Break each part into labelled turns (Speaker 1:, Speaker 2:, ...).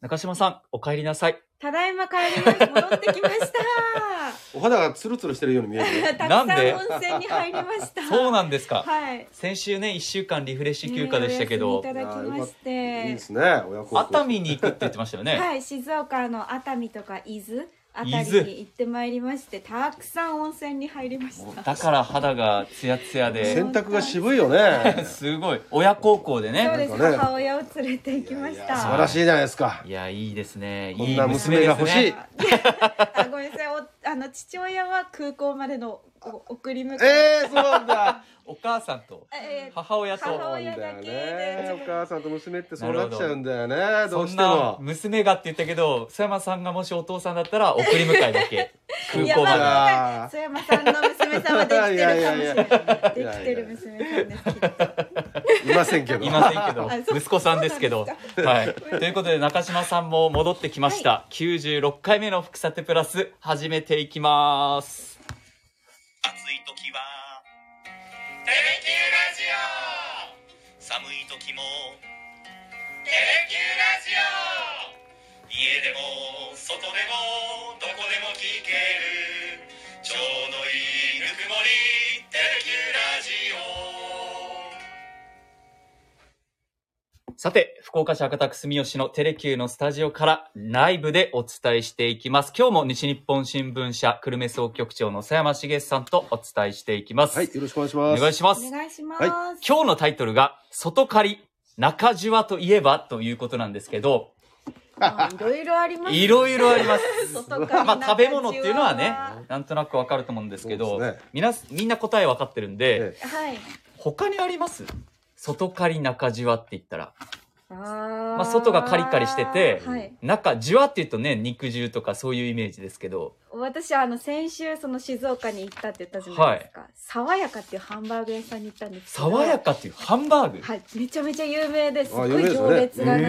Speaker 1: 中島さん、お帰りなさい。
Speaker 2: ただいま帰りまして戻ってきました。
Speaker 3: お肌がツルツルしてるように見え るね。
Speaker 2: た
Speaker 1: な
Speaker 2: くさ
Speaker 1: ん
Speaker 2: ん
Speaker 1: で
Speaker 2: 温泉に入りました。
Speaker 1: そうなんですか。
Speaker 2: はい。
Speaker 1: 先週ね、1週間リフレッシュ休暇でしたけど
Speaker 2: ね、お休みいただきまし
Speaker 3: いい
Speaker 2: て
Speaker 3: で。すね。親孝行。
Speaker 1: 熱海に行くって言ってましたよね。
Speaker 2: はい、静岡の熱海とか伊豆あた
Speaker 1: 伊
Speaker 2: り
Speaker 1: 豆
Speaker 2: に行ってまいりまして、たくさん温泉に入りました。
Speaker 1: だから肌がツヤツヤで、。
Speaker 3: 洗濯が渋いよね
Speaker 1: すごい。親孝行で
Speaker 2: そう
Speaker 1: ね。
Speaker 2: です、
Speaker 3: なんかね
Speaker 2: 母親を連れて行きまし
Speaker 3: いやいや素晴
Speaker 2: た。
Speaker 3: らしいじゃないですか
Speaker 1: い。や、いいですね。
Speaker 3: こ
Speaker 1: い
Speaker 3: ん
Speaker 1: い
Speaker 3: な
Speaker 1: 娘です
Speaker 3: 娘が欲しい
Speaker 1: ね。
Speaker 2: あ、ごめんなさい、おあの父親は空港までのお送り迎え。
Speaker 3: ええー、そうなんだ。
Speaker 1: お母さんと
Speaker 2: えー
Speaker 1: 母親
Speaker 2: 母
Speaker 1: と、
Speaker 2: 親だけで
Speaker 3: そうなんだよねお母さんと娘ってそうなっちゃうんだよね。ど
Speaker 1: そう
Speaker 3: し
Speaker 1: ん
Speaker 3: て
Speaker 1: な
Speaker 3: も。
Speaker 1: 娘がって言ったけど、須山さんがもしお父さんだったら送り迎えだけ。
Speaker 2: い
Speaker 1: 空
Speaker 2: や
Speaker 1: 港
Speaker 2: ま
Speaker 1: ま
Speaker 2: あまあ須山さんの娘さんはできてるかもしれない
Speaker 3: いやいやい
Speaker 2: できてる娘さんですきっと
Speaker 3: いませんけど。
Speaker 1: で。いませ
Speaker 2: あそ
Speaker 3: ん。
Speaker 1: ん
Speaker 2: う
Speaker 1: けど、息子さんですけど
Speaker 2: そう。
Speaker 1: はい。ということで、中島さんも戻ってきました。96回目の福さてプラス、始めていきます。
Speaker 4: 暑い時は「テレキューラジオ」寒い時も「テレキューラジオ」家でも外でもどこでも聞けるちょうどいいぬくもり「テレキューラジオ」
Speaker 1: さて、福岡市博多区住吉のテレキューのスタジオからライブでお伝えしていきます。今日も西日本新聞社久留米総局長の佐山茂さんとお伝えしていきます。
Speaker 3: はい、よろしくお願いし
Speaker 1: お
Speaker 3: ます。
Speaker 1: 願いします
Speaker 2: お。願いします、
Speaker 3: は
Speaker 1: 今日のタイトルが、外刈り、中じわといえばということなんですけど、
Speaker 2: まあいろいろあり ます
Speaker 1: いろいろあります。
Speaker 2: 外から
Speaker 1: まあ食べ物っていうのはね
Speaker 2: は、
Speaker 1: なんとなくわかると思うんですけ
Speaker 3: そ
Speaker 1: ど、
Speaker 3: うですね
Speaker 1: みな、みんな答えわかってるんで、
Speaker 3: ええ
Speaker 2: い
Speaker 1: 他にあります外刈り中じわって言ったら。
Speaker 2: あ
Speaker 1: ま
Speaker 2: ま
Speaker 1: あ外がカリカリしてて、
Speaker 2: はい、
Speaker 1: 中じわって言うとね、肉汁とかそういうイメージですけど、
Speaker 2: 私あの先週その静岡に行ったって言ったじゃないですか、爽やかっていうハンバーグ屋さんに行ったんですけど
Speaker 1: 爽やかっていうハンバーグ。
Speaker 2: はい、めちゃめちゃ有名ですご
Speaker 3: あ
Speaker 2: い
Speaker 3: 有名ですよ
Speaker 2: 行
Speaker 3: ね
Speaker 2: 列がね
Speaker 1: へ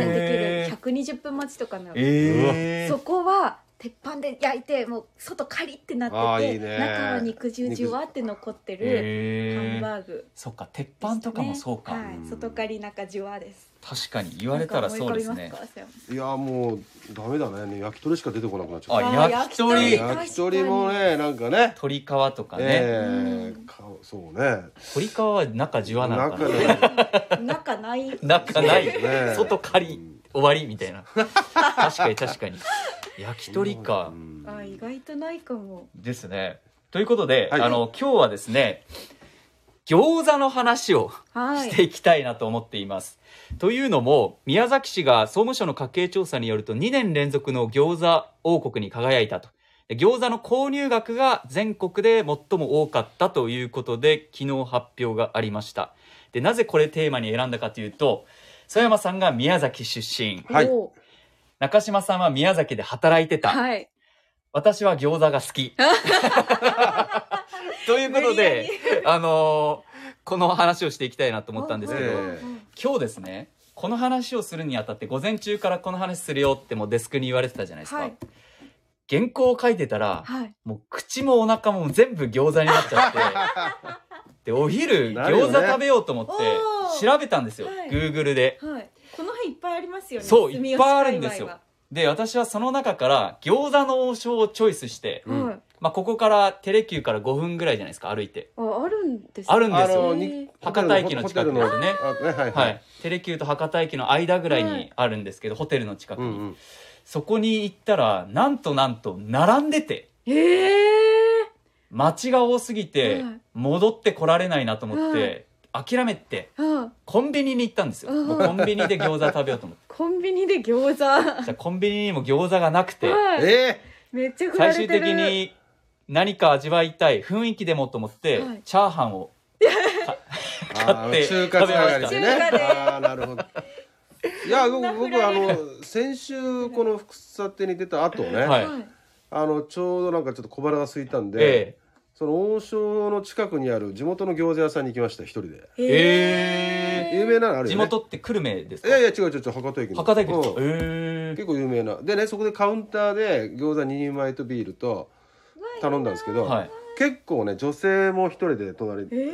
Speaker 2: で
Speaker 1: ー
Speaker 2: きる120分待ちとかなの
Speaker 1: え
Speaker 2: そこは鉄板で焼いてもう外カリってな
Speaker 3: あ
Speaker 2: っ
Speaker 3: ー
Speaker 2: て
Speaker 3: い
Speaker 2: て
Speaker 3: いね
Speaker 2: 中は肉汁じゅわって残ってるハン
Speaker 1: えー。
Speaker 2: バーグ
Speaker 1: そっか、鉄
Speaker 2: でしたね、
Speaker 1: 板とかもそうか。
Speaker 2: はい、外カリ中じゅわです
Speaker 1: 確かに言われたらそうです
Speaker 2: なん
Speaker 1: ね
Speaker 2: か。思い浮かびますか
Speaker 3: いや、もう、ダメだね。焼き鳥しか出てこなくなっちゃっ
Speaker 1: あ
Speaker 2: あー
Speaker 1: 焼き鳥
Speaker 2: 焼き
Speaker 3: た。
Speaker 2: 鳥
Speaker 3: 焼き鳥もね、なんかね。
Speaker 1: 鶏皮とかね。
Speaker 3: え
Speaker 2: う
Speaker 3: え
Speaker 2: ん
Speaker 3: かそうね。
Speaker 1: 鶏皮は中じわなのかな。
Speaker 3: 中で
Speaker 2: 中ない
Speaker 1: 中ない
Speaker 3: そうですね
Speaker 1: 外借り終わりみたいな確かに確かに焼き鳥か
Speaker 3: うん
Speaker 2: あ意外とないかも
Speaker 1: ですねということで、
Speaker 3: はい
Speaker 1: あの今日はですね餃子の話を
Speaker 2: は
Speaker 1: して
Speaker 2: い
Speaker 1: いきたいなと思っています、というのも宮崎市が総務省の家計調査によると2年連続の餃子王国に輝いたとで餃子の購入額が全国で最も多かったということで昨日発表がありましたでなぜこれテーマに選んだかというと曽山さんが宮崎出身
Speaker 3: はい
Speaker 2: おー
Speaker 1: 中島さんは宮崎で働いてた、
Speaker 2: はい
Speaker 1: 私は餃子が好きということであのーこの話をしていきたいなと思ったんですけど、
Speaker 3: ええ
Speaker 1: 今日ですねこの話をするにあたって午前中からこの話するよってもうデスクに言われてたじゃないですか、
Speaker 2: はい
Speaker 1: 原稿を書いてたら
Speaker 2: はい
Speaker 1: もう口もお腹も全部餃子になっち ゃってでお昼
Speaker 3: なるよ
Speaker 1: 餃
Speaker 3: ね
Speaker 1: 子食べようと思って
Speaker 2: おー
Speaker 1: 調べたんですよ、
Speaker 2: はい
Speaker 1: Google で
Speaker 2: はいこの辺いっぱいありますよね
Speaker 1: そう
Speaker 2: 住吉
Speaker 1: いっぱいあるんですよ
Speaker 2: 界
Speaker 1: で私はその中から餃子の王将をチョイスして、
Speaker 2: 隈ははい
Speaker 1: まあ、ここからテレキューから5分ぐらいじゃないですか歩いて
Speaker 2: ああるんです
Speaker 1: あるんですよ
Speaker 3: あの、
Speaker 2: へー
Speaker 3: に
Speaker 1: 博多駅の近くですね
Speaker 3: あねはい
Speaker 1: は
Speaker 3: はいい。、
Speaker 1: テレキューと博多駅の間ぐらい
Speaker 2: は
Speaker 1: に
Speaker 2: い
Speaker 1: あるんですけど、ホテルの近く
Speaker 3: う
Speaker 1: に、
Speaker 3: んうん。
Speaker 1: そこに行ったらなんとなんと並んでて
Speaker 2: へえ
Speaker 1: 街が多すぎて
Speaker 2: はい
Speaker 1: 戻ってこられないなと思って、諦めて
Speaker 2: あ
Speaker 1: コンビニに行ったんですよ、
Speaker 2: うん
Speaker 1: もうコンビニで餃子食べようと思っ て
Speaker 2: コンビニで餃子
Speaker 1: じゃあコンビニにも餃子がなくて
Speaker 2: はい
Speaker 3: え
Speaker 2: めっちゃ振ら
Speaker 1: 最
Speaker 2: れ
Speaker 1: 終
Speaker 2: てる
Speaker 1: 的に何か味わいたい雰囲気でもと思って、
Speaker 2: はい
Speaker 1: チャーハンを
Speaker 3: え
Speaker 1: 買って
Speaker 3: あー中華つながりでね。
Speaker 2: 食べました中華で
Speaker 3: ああ、なるほど。いや、
Speaker 2: こんな
Speaker 3: 僕、
Speaker 2: 振
Speaker 3: 僕、
Speaker 2: ら
Speaker 3: あ
Speaker 2: れる
Speaker 3: の、先週、この福さ手に出た後ね、
Speaker 1: はい
Speaker 2: はい
Speaker 3: あの、ちょうどなんかちょっと小腹が空いたんで、
Speaker 1: え
Speaker 3: その王将の近くにある地元の餃子屋さんに行きました、一人で。
Speaker 1: え
Speaker 2: へ
Speaker 3: 有名なのあ
Speaker 1: え
Speaker 3: るよね。
Speaker 1: 地元って久留米ですか
Speaker 3: いやいや、違う違う違う、博多駅の。
Speaker 1: 博多駅ですか、
Speaker 3: うん
Speaker 1: ええ
Speaker 3: 結構有名な。でね、そこでカウンターで餃子2人前とビールと頼んだんですけど、
Speaker 1: はい
Speaker 3: 結構ね女性も一人で
Speaker 2: え
Speaker 3: 隣で、
Speaker 2: ー、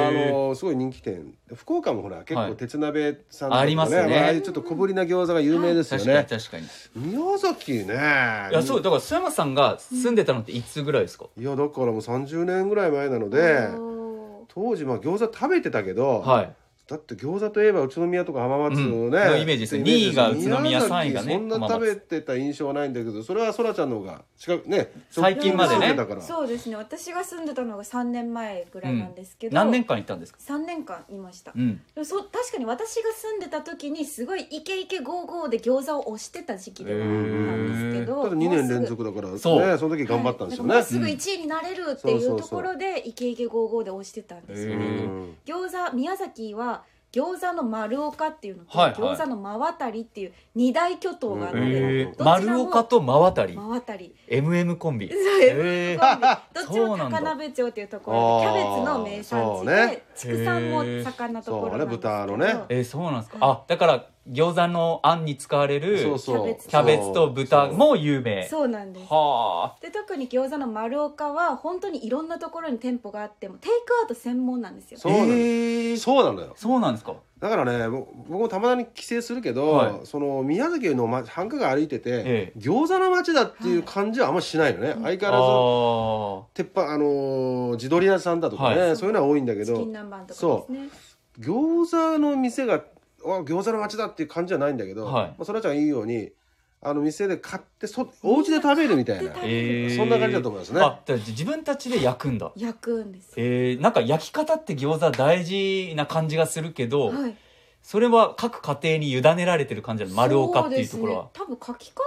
Speaker 1: へ
Speaker 3: あ
Speaker 1: ー
Speaker 3: のすごい人気店福岡もほら結
Speaker 1: は
Speaker 3: 構
Speaker 1: い
Speaker 3: 鉄鍋さんとか
Speaker 1: ありますね
Speaker 3: ああいうちょっと小ぶりな餃子が有名ですよ
Speaker 1: 確かに
Speaker 3: ね
Speaker 1: 確かに。い
Speaker 3: 宮崎ね
Speaker 1: や、そう、だから、須山さんが住んでたのっていつぐらいですか
Speaker 3: いやだからもう30年ぐらい前なので
Speaker 2: おー
Speaker 3: 当時まあ餃子食べてたけど、
Speaker 1: はい。
Speaker 3: だって餃子といえば宇都宮とか浜松
Speaker 1: うん
Speaker 3: のね、
Speaker 1: のイメージですね
Speaker 3: イメ
Speaker 1: 2
Speaker 3: ージよ
Speaker 1: 位が宇都宮3位がね
Speaker 3: そんな食べてた印象はないんだけどそれはそらちゃんの方が近くね
Speaker 1: 最近までね
Speaker 3: 直近住んたから
Speaker 2: そうですね私が住んでたのが3年前ぐらいなんですけど、
Speaker 1: 何年間行ったんですか
Speaker 2: 3年間いました、
Speaker 1: うん。
Speaker 2: でもそう確かに私が住んでた時にすごいイケイケゴーゴーで餃子を押してた時期ではあったんですけど
Speaker 3: ただ2年連続だからねそ
Speaker 1: そう
Speaker 3: の時頑張ったんですよね、
Speaker 2: はいなんかもうすぐ1位になれるっていう
Speaker 3: そう
Speaker 2: と
Speaker 3: そうそ
Speaker 2: こ
Speaker 3: う
Speaker 2: ろでイケイケゴーゴーで押してたんですよ
Speaker 1: へ
Speaker 2: ね
Speaker 1: ー
Speaker 3: うん
Speaker 2: 餃子宮崎は餃子の丸岡っていうのと、
Speaker 1: はいはい
Speaker 2: 餃子の真渡りっていう二大巨頭があって、
Speaker 3: うんへ
Speaker 1: え
Speaker 3: ー
Speaker 2: どちらも
Speaker 1: 丸岡と真渡り
Speaker 2: 真。渡 り
Speaker 1: MM コンビ。
Speaker 2: そう
Speaker 1: へー
Speaker 2: どっちも高鍋町っていうところでキ
Speaker 3: そうなんだ
Speaker 2: ャベツの名産地
Speaker 3: あー
Speaker 2: で、
Speaker 1: そうね
Speaker 2: 畜産も盛んなところなんですけど
Speaker 3: そうね豚のね
Speaker 1: えー、そうなんですか。あ、だから、餃子の餡に使われる、
Speaker 3: そう
Speaker 2: キャ
Speaker 3: そう
Speaker 2: ベツ
Speaker 1: キャベツと豚
Speaker 3: そう
Speaker 1: も有名。
Speaker 2: そうなんです
Speaker 1: は
Speaker 2: で特に餃子の丸岡は本当にいろんなところに店舗があってもテイクアウト専門なんですよ
Speaker 1: あ。
Speaker 3: そうなんだ
Speaker 1: えー
Speaker 3: そうなんだよ
Speaker 1: そうなんですか。
Speaker 3: だからねぼ僕もたまに帰省するけど、
Speaker 1: はい
Speaker 3: その宮崎の、ま、繁華街歩いてて、
Speaker 1: ええ
Speaker 3: 餃子の街だっていう感じはあんましないのね、相変
Speaker 1: あ
Speaker 3: わらず
Speaker 1: ー
Speaker 3: 鉄板あのー地鶏屋さんだとかね、
Speaker 1: は
Speaker 3: そういうのは多いんだけ
Speaker 2: チキン
Speaker 3: ど
Speaker 2: 南蛮とかですね
Speaker 3: 餃子の店があ餃子の街だっていう感じじゃないんだけど、
Speaker 1: はい
Speaker 3: まあ、そらちゃんが言うようにあの店で買ってそお家で食べるみたい
Speaker 2: 買
Speaker 3: な
Speaker 2: って
Speaker 1: えー
Speaker 3: そんな感じだと思いますね
Speaker 1: あ、じゃあ自分たちで焼くんだ。
Speaker 2: 焼くんですよ
Speaker 1: えー、なんか焼き方って餃子大事な感じがするけど、
Speaker 2: はい
Speaker 1: それは各家庭に委ねられてる感じなの丸岡っていうところは、
Speaker 2: そうですね、多分書き方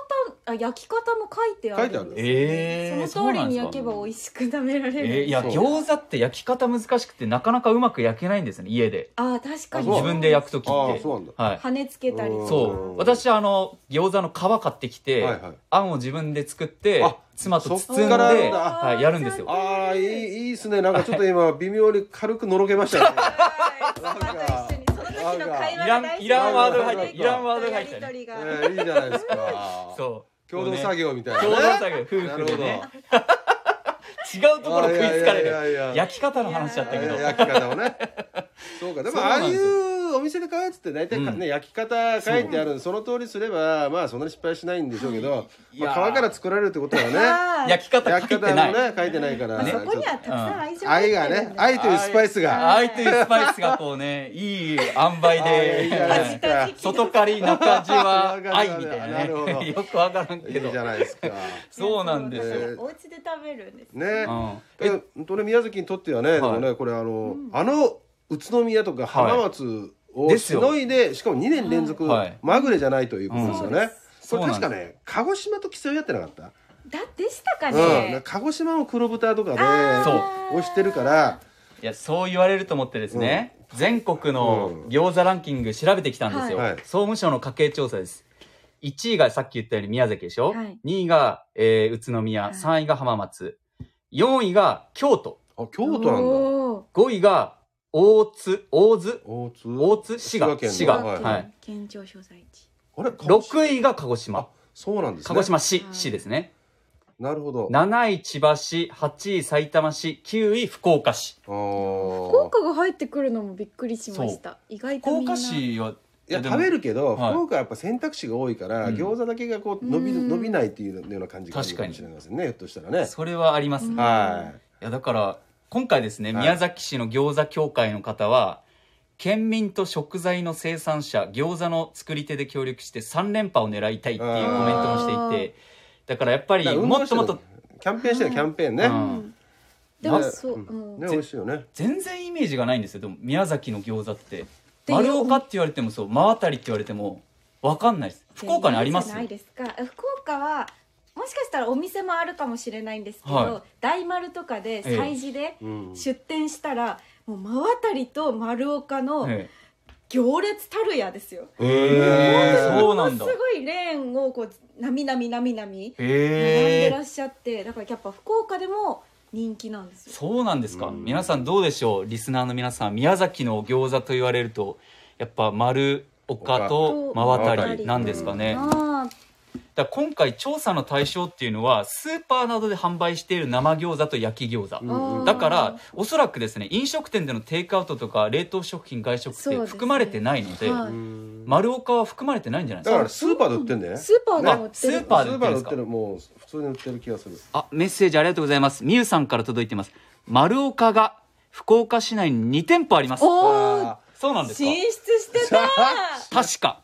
Speaker 2: あ焼き方も書いてある
Speaker 1: 書い
Speaker 2: んですよ
Speaker 1: てあるえー
Speaker 2: その通りに焼けば美味しく食べられる、
Speaker 1: えーいや
Speaker 3: そう
Speaker 1: 餃子って焼き方難しくてなかなかうまく焼けないんですね家で
Speaker 2: あー確かに
Speaker 3: あそう
Speaker 1: 自分で焼く時
Speaker 3: あ
Speaker 1: っ
Speaker 3: あ
Speaker 1: て
Speaker 3: そうなんだ
Speaker 1: はい
Speaker 2: 跳ねつけたり
Speaker 3: うん
Speaker 1: そう私あの餃子の皮買ってきて、
Speaker 3: はいはい
Speaker 1: あんを自分で作って
Speaker 3: あ
Speaker 1: 妻と包んで
Speaker 3: そっからなんだ
Speaker 1: はい、やるんですよ
Speaker 3: ああいいいいですねなんかちょっと今微妙に軽くのろけましたね
Speaker 2: はい妻と一緒にその時の会
Speaker 1: いら
Speaker 2: 話が
Speaker 1: ん
Speaker 2: 大事
Speaker 1: いらんワードが入
Speaker 3: な
Speaker 1: って
Speaker 3: ん
Speaker 1: い
Speaker 3: か
Speaker 1: らんワードが
Speaker 2: や
Speaker 1: 入っ
Speaker 2: り
Speaker 1: て
Speaker 2: と
Speaker 1: ね
Speaker 2: り
Speaker 3: え
Speaker 2: が、
Speaker 3: ーいいじゃないですか
Speaker 1: そう
Speaker 3: 共同作
Speaker 1: 業
Speaker 3: 業みたいな、
Speaker 1: 共同作業夫婦
Speaker 3: なる
Speaker 1: で
Speaker 3: ほど
Speaker 1: ね違うところ食いつかれ
Speaker 3: いやいやいやいや
Speaker 1: る焼き方の話だったけど
Speaker 3: えー焼き方を ねそうかでも
Speaker 1: そう
Speaker 3: あ
Speaker 1: な
Speaker 3: あ
Speaker 1: ん
Speaker 3: い
Speaker 1: ですよ
Speaker 3: うお店で買うやつって大体か、
Speaker 1: うん
Speaker 3: ね焼き方書いてあるその通りすればまあそんなに失敗しないんでしょうけど、
Speaker 1: い
Speaker 3: まあ、
Speaker 1: いやー
Speaker 3: 皮から作られるってこ とはね
Speaker 2: あー
Speaker 1: 焼き方書
Speaker 3: 焼
Speaker 1: い
Speaker 3: き
Speaker 1: て
Speaker 3: 方
Speaker 1: ない、
Speaker 3: もね書いてないか
Speaker 2: ま
Speaker 3: ら、
Speaker 2: あ
Speaker 3: ち
Speaker 2: そ
Speaker 3: ょっ
Speaker 2: ことにはたくさん愛情が入
Speaker 3: 愛
Speaker 2: って
Speaker 3: が
Speaker 2: るん
Speaker 3: ね
Speaker 2: で
Speaker 3: 愛というスパイスが
Speaker 1: 愛というスパイスがこうねいい塩梅
Speaker 3: あーいいじゃないです
Speaker 1: で
Speaker 3: か
Speaker 1: 外刈り中地は
Speaker 3: わかるわかる
Speaker 1: 愛みたいな
Speaker 3: なるほど
Speaker 1: ね よくわからん
Speaker 3: い
Speaker 1: け
Speaker 3: い
Speaker 1: ど
Speaker 3: じゃないですか
Speaker 1: そうなんですよ、
Speaker 2: お家で食べるんですね
Speaker 3: ね
Speaker 1: うん
Speaker 3: え本当ね宮崎にとってはね、でもねこれあの、あの宇都宮とか浜松を
Speaker 1: です
Speaker 3: し
Speaker 1: よ
Speaker 3: のいで、しかも2年連続、
Speaker 1: はい
Speaker 3: まぐれじゃないということですよね、
Speaker 2: うん
Speaker 1: そう
Speaker 3: こ
Speaker 1: です
Speaker 3: れ確かね鹿児島と競い合ってなかった、
Speaker 2: だでしたか
Speaker 3: うん、
Speaker 2: ね、
Speaker 3: 鹿児島も黒豚とかで
Speaker 1: ー
Speaker 3: 押してるから
Speaker 1: いやそう言われると思ってですね、全国の餃子ランキング調べてきたんですよ、
Speaker 3: はい
Speaker 1: 総務省の家計調査です1位がさっき言ったように宮崎でしょ、
Speaker 2: はい
Speaker 1: 2位が、えー宇都宮、
Speaker 2: はい
Speaker 1: 3位が浜松4位が京都
Speaker 3: あ京都なんだ
Speaker 2: お
Speaker 1: 5位が大津大津
Speaker 3: 大津
Speaker 1: 大津滋賀
Speaker 3: 滋
Speaker 1: 滋
Speaker 2: ー
Speaker 3: 賀県の
Speaker 1: 賀
Speaker 3: はい
Speaker 1: は
Speaker 2: はいい、県庁所在地
Speaker 3: あれ鹿児島
Speaker 1: 6位が鹿児島
Speaker 3: あそうなんですね
Speaker 1: 鹿児島市、
Speaker 2: はい
Speaker 1: 市ですね。
Speaker 3: なるほど
Speaker 1: 7位千葉市、8位埼玉市、9位福岡市。
Speaker 3: あー
Speaker 2: 福岡が入ってくるのもびっくりしました意外と
Speaker 1: 福
Speaker 2: みんな
Speaker 1: 岡市は、
Speaker 3: いや
Speaker 1: でも
Speaker 3: 食べるけど、
Speaker 1: はい
Speaker 3: 福岡はやっぱ選択肢が多いから、
Speaker 1: うん
Speaker 3: 餃子だけがこう伸び
Speaker 2: うん
Speaker 3: 伸びないっていうような感じがあるかもしれませんねひょっとしたらね
Speaker 1: それはありますね。
Speaker 2: うん
Speaker 1: い
Speaker 3: は
Speaker 1: や、だから、今回ですね、
Speaker 3: はい
Speaker 1: 宮崎市の餃子協会の方は、県民と食材の生産者、餃子の作り手で協力して3連覇を狙いたいっていうコメントもしていて、だからやっぱ
Speaker 3: い
Speaker 1: り、
Speaker 3: だから運動
Speaker 1: もっともっ
Speaker 3: し
Speaker 1: と
Speaker 3: てるキャンペーンしてるキャンペーンね、
Speaker 1: う
Speaker 2: うん
Speaker 1: ん
Speaker 2: でも
Speaker 3: ね
Speaker 2: そう、
Speaker 3: ん
Speaker 2: うん
Speaker 3: ね美味しいよね
Speaker 1: 全然イメージがないんですよ、でも宮崎の餃子って。
Speaker 2: いう
Speaker 1: 丸岡って言われてもそう、真渡りって言われても、わかんないです。福岡にあります
Speaker 2: じゃないですか福岡はもしかしたらお店もあるかもしれないんですけど、
Speaker 1: は
Speaker 2: 大丸とかで
Speaker 1: ええ
Speaker 2: 催事で
Speaker 3: うん
Speaker 2: 出店したら、もう真渡りと丸岡の
Speaker 1: え
Speaker 2: 行列たるやですよ、
Speaker 3: へ
Speaker 1: え
Speaker 3: ー
Speaker 1: そうなんだ
Speaker 2: ものすごいレーンをこうなみなみなみなみ
Speaker 1: え
Speaker 2: 並んで
Speaker 1: へ
Speaker 2: ら
Speaker 1: え
Speaker 2: っしゃって、だからやっぱ福岡でも人気なんですよ
Speaker 1: そうなんですか
Speaker 3: うん
Speaker 1: 皆さんどうでしょうリスナーの皆さん宮崎の餃子と言われるとやっぱ丸岡と
Speaker 2: 岡
Speaker 1: 真渡
Speaker 3: 真渡
Speaker 1: り
Speaker 3: り
Speaker 1: なんですかね
Speaker 2: ああ
Speaker 1: だから今回調査の対象っていうのはスーパーなどで販売している生餃子と焼き餃子、
Speaker 3: うんうん
Speaker 1: だからおそらくですね飲食店でのテイクアウトとか冷凍食品外食っ
Speaker 2: そう
Speaker 1: て
Speaker 2: ですね
Speaker 1: 含まれてないので
Speaker 2: はい
Speaker 3: うん
Speaker 1: 丸岡は含まれてないんじゃないです
Speaker 3: だか
Speaker 1: から
Speaker 3: スーパーで売ってんだよね
Speaker 2: スーパーでも売って
Speaker 1: ス
Speaker 2: る
Speaker 1: ーパーで売
Speaker 3: スー
Speaker 1: って
Speaker 3: パ
Speaker 1: るんで
Speaker 3: ーです売っ
Speaker 1: か
Speaker 3: てるもう普通に売ってる気がする
Speaker 1: あメッセージありがとうございますみゆさんから届いてます丸岡が福岡市内に2店舗あります
Speaker 2: おお
Speaker 3: あ
Speaker 1: そうなんですか
Speaker 2: 進出してた
Speaker 1: 確か
Speaker 3: ー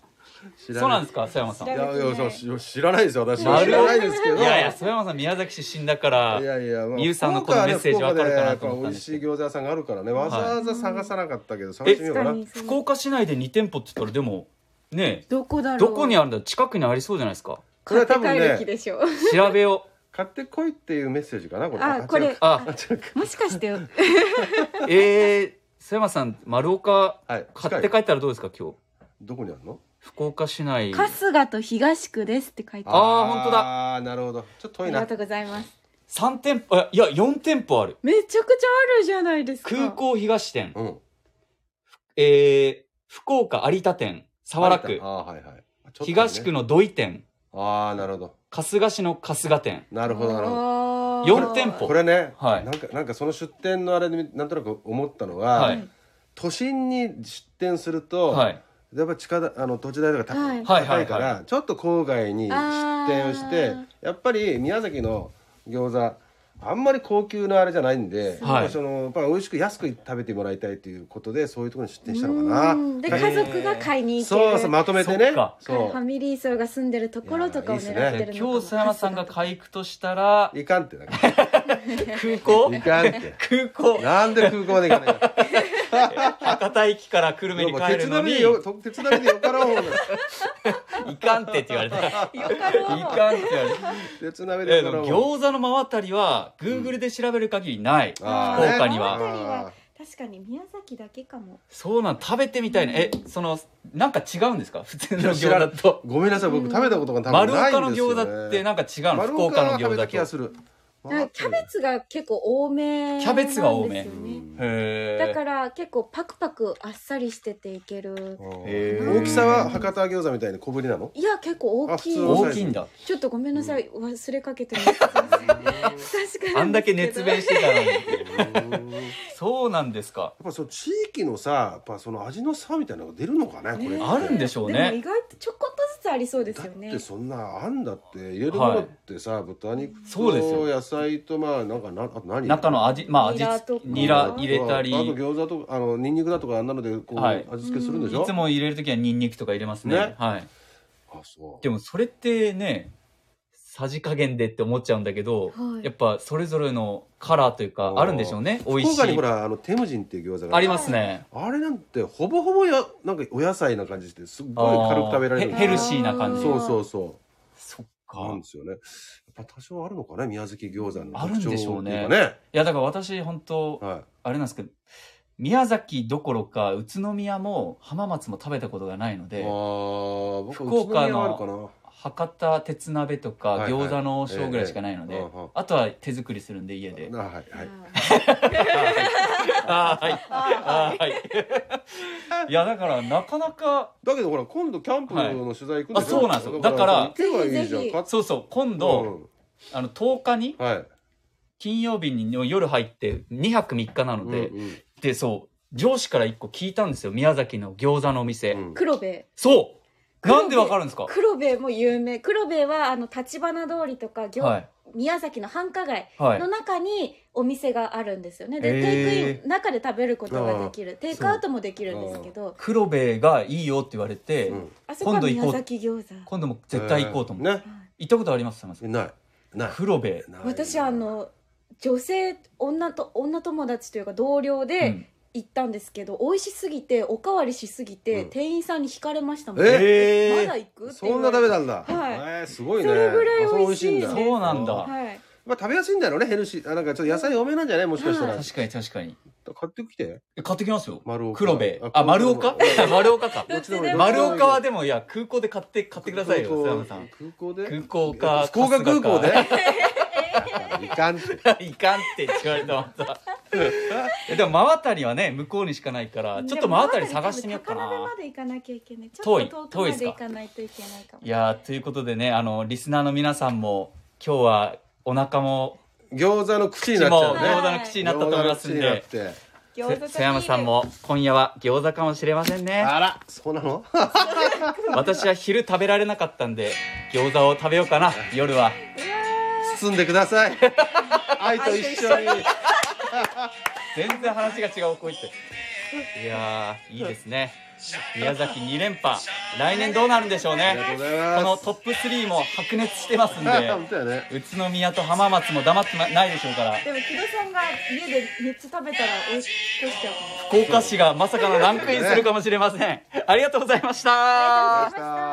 Speaker 3: 知ら
Speaker 1: そうな
Speaker 3: ない
Speaker 1: んですか曽山さん
Speaker 2: 知
Speaker 1: い
Speaker 2: らな
Speaker 3: いやいやそうし知らないですよ私
Speaker 1: な
Speaker 3: は
Speaker 1: る
Speaker 3: 知らないですけど
Speaker 1: やいや曽山さん宮崎出身だから
Speaker 3: いやいや、まあ
Speaker 1: みゆさんのこのメッセージわかるかなと思ったん
Speaker 3: 美
Speaker 1: で
Speaker 3: 味
Speaker 1: す
Speaker 3: しい
Speaker 1: けど
Speaker 3: 餃子屋さんがあるからね、わざわざ探さなかったけど、探
Speaker 1: え
Speaker 3: してみようかな。
Speaker 1: 福岡市内で2店舗って言ったらでもね
Speaker 2: どこ
Speaker 1: え
Speaker 2: だろう
Speaker 1: どこにあるんだ近くにありそうじゃないですか
Speaker 3: こ
Speaker 2: 買っ
Speaker 3: れは
Speaker 2: て
Speaker 3: 多分
Speaker 2: 帰る気
Speaker 3: ね、
Speaker 2: でしょう
Speaker 1: 調べよ
Speaker 3: 買ってこいっていうメッセージかな、これ。
Speaker 2: あこ
Speaker 3: 違
Speaker 2: れ
Speaker 3: う
Speaker 1: あ
Speaker 3: かあ、違うか。
Speaker 2: もしかして
Speaker 1: うえー、曽山さん丸岡
Speaker 3: はい。
Speaker 1: 買って
Speaker 3: 近い
Speaker 1: 帰ったらどうですか今日
Speaker 3: どこにあるの
Speaker 1: 福岡市内
Speaker 2: 春日と東区ですって書いてある
Speaker 1: あー本当だ
Speaker 3: ああー、なるほど。ちょっと
Speaker 2: あ
Speaker 3: 遠い
Speaker 2: りが
Speaker 3: な
Speaker 2: と。うございます
Speaker 1: 3店舗あいや4店舗ある
Speaker 2: めちゃくちゃあるじゃないですか
Speaker 1: 空港東店
Speaker 3: うん。
Speaker 1: えー、福岡有田店、早良区
Speaker 3: あ、あ、はいはい。ちょっとね
Speaker 1: 東区。の土井店、
Speaker 3: ああ、なるほど。
Speaker 1: 春日市の春日店。
Speaker 3: なるほど、なるほど。
Speaker 2: ほ
Speaker 1: 四店舗
Speaker 3: これね、
Speaker 1: はい
Speaker 3: なんか、なんかその出店のあれで、なんとなく思ったの
Speaker 1: は
Speaker 3: が
Speaker 1: い、
Speaker 3: 都心に出店すると、
Speaker 1: はい。
Speaker 3: やっぱ近だあの土地代とか高,、
Speaker 2: はい
Speaker 1: はい
Speaker 3: 高いか
Speaker 1: はい
Speaker 3: らちょっと郊外に出店をして
Speaker 2: あ
Speaker 3: やっぱり宮崎の餃子あんまり高級なあれじゃないんで、
Speaker 1: はい
Speaker 3: やっぱそのやっぱ美味しく安く食べてもらいたいということでそういうところに出店したのかな。
Speaker 2: で
Speaker 1: へー
Speaker 2: 家族が買いに行ける
Speaker 3: そうそうまとめてね
Speaker 1: そっか。
Speaker 2: 彼ファ
Speaker 3: そ
Speaker 2: ミリー層が住んでるところとかを狙ってるのかも
Speaker 1: 今日、佐山さんが買い行くとしたら
Speaker 3: う、いかんってだか
Speaker 1: 空港
Speaker 3: らいかんって。
Speaker 1: 空港
Speaker 3: なんで空港まで行かな いか。
Speaker 1: 博多駅から久留米に帰る
Speaker 3: 鉄
Speaker 1: の
Speaker 3: 鍋
Speaker 1: に、
Speaker 3: で
Speaker 1: 行
Speaker 3: よ鉄鍋でよからほうが
Speaker 1: かんてって言われた。行
Speaker 2: よかろう
Speaker 1: かんって言われた。
Speaker 3: 鉄鍋で
Speaker 1: え
Speaker 3: よから
Speaker 1: ー
Speaker 3: ほう
Speaker 1: 餃子の真渡りは、Google で調べる限りない。
Speaker 3: あ
Speaker 1: 福
Speaker 3: ーね
Speaker 1: 岡には
Speaker 2: 福岡には
Speaker 3: あ
Speaker 2: 確かに宮崎だけかも
Speaker 1: そうなん、食べてみたいな。え、その、なんか違うんですか普通の
Speaker 3: や知らな
Speaker 1: 餃子と。
Speaker 3: ーごめんなさい僕食べたことが多
Speaker 1: 丸
Speaker 3: 分ない
Speaker 1: 岡
Speaker 3: ん
Speaker 1: の
Speaker 3: ですよ、ね、
Speaker 1: 餃子ってなんか違うの
Speaker 3: 丸
Speaker 1: 福
Speaker 3: 岡
Speaker 1: 岡
Speaker 3: は
Speaker 1: の
Speaker 3: 食べ
Speaker 1: 餃
Speaker 3: た気が
Speaker 1: 子と。
Speaker 3: する。
Speaker 2: なんかキャベツが結構多め
Speaker 1: キャベツが多め
Speaker 2: なんですよね
Speaker 1: へー
Speaker 2: だから結構パクパクあっさりしてていける
Speaker 1: へ
Speaker 2: ー
Speaker 3: 大きさは博多餃子みたいに小ぶりなの？
Speaker 2: いや結構大きい
Speaker 3: あ普通の
Speaker 1: 大きいんだ
Speaker 2: ちょっとごめんなさい忘れかけてました確かなんですけど
Speaker 1: あんだけ熱弁してたのに
Speaker 3: やっ
Speaker 1: そうなんですか
Speaker 3: ぱその地域のさ、やっぱその味の差みたいなのが出るのかね、これ。
Speaker 2: ね
Speaker 1: あるんでしょうね
Speaker 2: でも意外とちょこっとずつありそうです
Speaker 3: だ
Speaker 2: よ
Speaker 3: っ
Speaker 2: ね
Speaker 3: てそんなあんだって入れるものってさ、豚肉
Speaker 1: そうですよ
Speaker 3: と野菜とまあなんかなあと何？
Speaker 1: 中の味まあ味
Speaker 2: ニラと
Speaker 1: 付
Speaker 2: か
Speaker 1: けニラ入れたりい
Speaker 3: あと餃子とかあのニンニクだとかあんなのでこう、
Speaker 1: はい
Speaker 3: 味付けするんでしょ？
Speaker 1: つも入れる時はニンニクとか入れますね
Speaker 3: ね
Speaker 1: はい
Speaker 3: あそう。
Speaker 1: でもそれってねさじ加減でって思っちゃうんだけど、
Speaker 2: はい
Speaker 1: やっぱそれぞれのカラーというかあるんでしょうね美味し
Speaker 3: 福岡に
Speaker 1: い
Speaker 3: ほらあのテムジンっていう餃子が
Speaker 1: ありますね
Speaker 3: あれなんてほぼほぼやなんかお野菜な感じしてすっごい軽く食べられるん
Speaker 1: あーへヘ
Speaker 3: ですよ
Speaker 1: ルシーな感じ
Speaker 2: ー
Speaker 3: そうそうそう。
Speaker 1: そっ
Speaker 3: な
Speaker 1: か
Speaker 3: んですよね。やっぱ多少あるのかね、宮崎餃子の
Speaker 1: あるん
Speaker 3: 特徴
Speaker 1: で
Speaker 3: っ
Speaker 1: して
Speaker 3: い
Speaker 1: ょう
Speaker 3: うか
Speaker 1: ね
Speaker 3: ね。
Speaker 1: いやだから私本当
Speaker 3: は
Speaker 1: あれなんですけど宮崎どころか宇都宮も浜松も食べたことがないの
Speaker 3: い。
Speaker 1: で
Speaker 3: ああ、僕
Speaker 1: 福岡の
Speaker 3: 宇都宮はあるかな。
Speaker 1: 博多鉄鍋とか
Speaker 3: はいはい
Speaker 1: 餃子のショーぐらいしかないの
Speaker 3: ええ
Speaker 1: で
Speaker 3: ええああ
Speaker 1: あとは手作りするんで家で
Speaker 3: なはいはい。
Speaker 1: あーはい
Speaker 2: あ
Speaker 1: あーはいいやだからなかなか
Speaker 3: だけどほら今度キャンプの取材行くん
Speaker 1: はいあそうなんですよだから
Speaker 3: 行けばいいじゃ
Speaker 2: ぜ
Speaker 3: ん。
Speaker 2: ひぜ
Speaker 3: 買っ
Speaker 1: そうそう今度あの10日に
Speaker 3: うんはい。
Speaker 1: 金曜日の夜入って2泊3日なので
Speaker 3: うんうん
Speaker 1: でそう上司から1個聞いたんですよ宮崎の餃子のお店
Speaker 3: うん
Speaker 2: 黒部
Speaker 1: そう
Speaker 2: 黒部
Speaker 1: なんでわかるんですか
Speaker 2: 黒部も有名黒部はあの立花通りとか、行
Speaker 1: はい
Speaker 2: 宮崎の繁華街
Speaker 1: はい
Speaker 2: の中にお店があるんですよねで、
Speaker 1: へー
Speaker 2: テイクイン中で食べることができるテイクアウトもできるんですけど
Speaker 1: 黒部がいいよって言われて
Speaker 3: うん
Speaker 2: あそこは
Speaker 1: 今度行こ
Speaker 2: 宮
Speaker 1: う
Speaker 2: 崎餃子
Speaker 1: 今度も絶対行こうと思って
Speaker 3: ね。
Speaker 1: 行ったことありますすみません
Speaker 3: ないない。
Speaker 1: 黒部
Speaker 3: ない
Speaker 2: 私あ。の女性女と女友達というか同僚
Speaker 1: う
Speaker 2: で
Speaker 1: ん
Speaker 2: 行ったんですけど、美味しすぎておかわりしすぎて、
Speaker 3: うん
Speaker 2: 店員さんに惹かれましたもん
Speaker 3: え
Speaker 1: え
Speaker 2: まだ行くって
Speaker 3: そ
Speaker 2: 言
Speaker 3: ん
Speaker 2: わ
Speaker 3: な
Speaker 2: れて
Speaker 3: 食べたんだ。
Speaker 2: はい
Speaker 3: えーすごいね。
Speaker 2: それぐらい美味しい
Speaker 3: あそうんだ
Speaker 1: そうなんだ
Speaker 2: はい
Speaker 3: まあ食べやすいんだろうね、ヘルシー。あなんかちょっと野菜多めなんじゃないもしかしたら。
Speaker 1: 確かに確かに
Speaker 3: 買ってきて。
Speaker 1: え買ってきますよ
Speaker 3: 丸岡
Speaker 1: 黒部
Speaker 3: あ
Speaker 1: あ丸岡 丸岡か
Speaker 3: どっちでもいい
Speaker 1: 丸岡はでもいや空港で買って買ってくださいよ
Speaker 3: 空港
Speaker 1: 須山さん
Speaker 3: 空港で
Speaker 1: 空港か
Speaker 3: 福岡空港で
Speaker 1: 春
Speaker 3: いかんって
Speaker 1: いかんって言われたまたえ でも真渡りはね向こうにしかないからちょっと真渡り探してみようかな
Speaker 2: でも真渡り多分高鍋まで行かなきゃいけないちょっと遠く
Speaker 1: 遠い遠
Speaker 2: ま
Speaker 1: いっす
Speaker 2: で
Speaker 1: か
Speaker 2: 行かないといけないかも
Speaker 1: いやーということでねあのリスナーの皆さんも今日はお腹も
Speaker 3: 餃子の口に
Speaker 1: 口
Speaker 3: なっちゃ
Speaker 1: も
Speaker 3: うね
Speaker 1: 餃子の口になったと思いますん
Speaker 3: 餃子の
Speaker 1: で
Speaker 3: 口になって
Speaker 2: 餃子とビール
Speaker 1: 瀬山さんも今夜は餃子かもしれませんね
Speaker 3: あらそうなの
Speaker 1: 私は昼食べられなかったんで餃子を食べようかな夜は
Speaker 3: 包んでください愛と一緒に
Speaker 1: 全然話が違うこう言っていやーいいですね宮崎2連覇来年どうなるんでしょう
Speaker 3: ありがと
Speaker 1: ね
Speaker 3: うござ
Speaker 1: こ
Speaker 3: い
Speaker 1: の
Speaker 3: ます
Speaker 1: トップ3も白熱してますん で
Speaker 3: 本当やね
Speaker 1: 宇都宮と浜松も黙ってないでしょうから
Speaker 2: でも木戸さんが家で3つ食べたら美味しくしちゃうかも
Speaker 1: 福岡市がまさかのランクインするかもしれませんありがとうございました
Speaker 2: ありがとうございました